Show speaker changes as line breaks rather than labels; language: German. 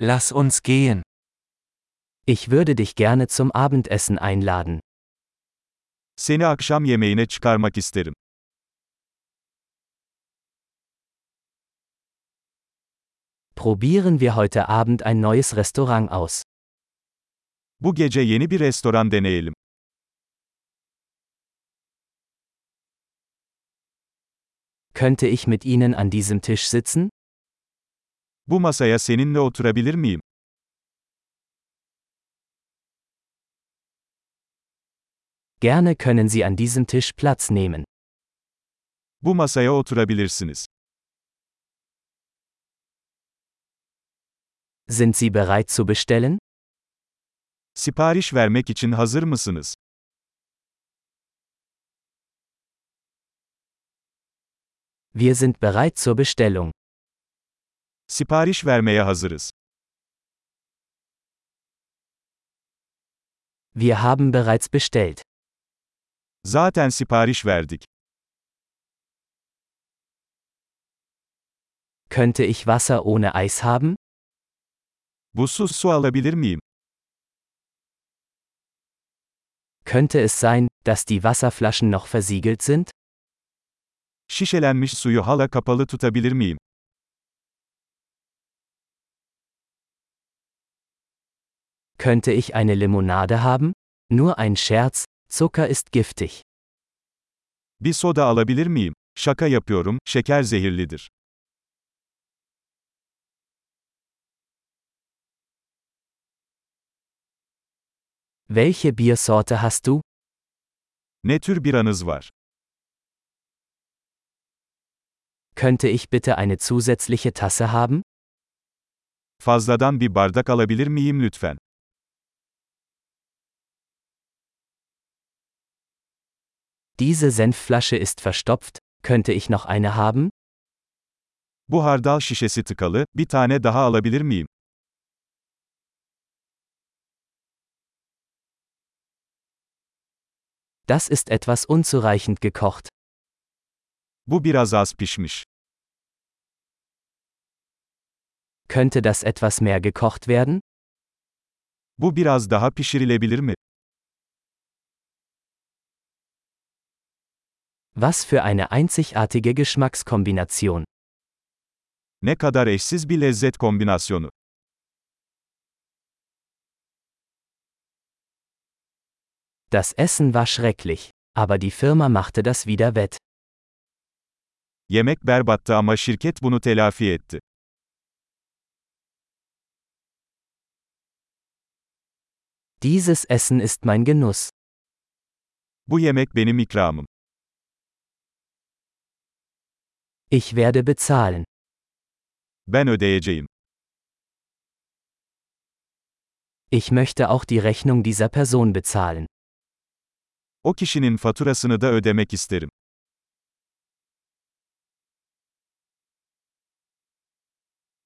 Lass uns gehen.
Ich würde dich gerne zum Abendessen einladen.
Seni akşam yemeğine çıkarmak isterim.
Probieren wir heute Abend ein neues Restaurant aus.
Bu gece yeni bir restoran deneyelim.
Könnte ich mit Ihnen an diesem Tisch sitzen?
Bu masaya seninle oturabilir miyim?
Gerne können Sie an diesem Tisch Platz nehmen.
Bu masaya oturabilirsiniz.
Sind Sie bereit zu bestellen?
Sipariş vermek için hazır mısınız?
Wir sind bereit zur Bestellung.
Sipariş vermeye hazırız.
Wir haben bereits bestellt.
Zaten sipariş verdik.
Könnte ich Wasser ohne Eis haben?
Buzsuz su alabilir miyim?
Könnte es sein, dass die Wasserflaschen noch versiegelt sind?
Şişelenmiş suyu hala kapalı tutabilir miyim?
Könnte ich eine Limonade haben? Nur ein Scherz, Zucker ist giftig.
Bir soda alabilir miyim? Şaka yapıyorum, şeker zehirlidir.
Welche Biersorte hast du?
Ne tür bir anız var?
Könnte ich bitte eine zusätzliche Tasse haben?
Fazladan bir bardak alabilir miyim lütfen?
Diese Senfflasche ist verstopft, könnte ich noch eine haben?
Bu hardal şişesi tıkalı, bir tane daha alabilir miyim?
Das ist etwas unzureichend gekocht.
Bu biraz az pişmiş.
Könnte das etwas mehr gekocht werden?
Bu biraz daha pişirilebilir mi?
Was für eine einzigartige Geschmackskombination.
Ne kadar eşsiz bir lezzet kombinasyonu.
Das Essen war schrecklich, aber die Firma machte das wieder wett.
Yemek berbattı ama şirket bunu telafi etti.
Dieses Essen ist mein Genuss.
Bu yemek benim ikramım.
Ich werde bezahlen.
Ben ödeyeceğim.
Ich möchte auch die Rechnung dieser Person bezahlen.
O kişinin faturasını da ödemek isterim.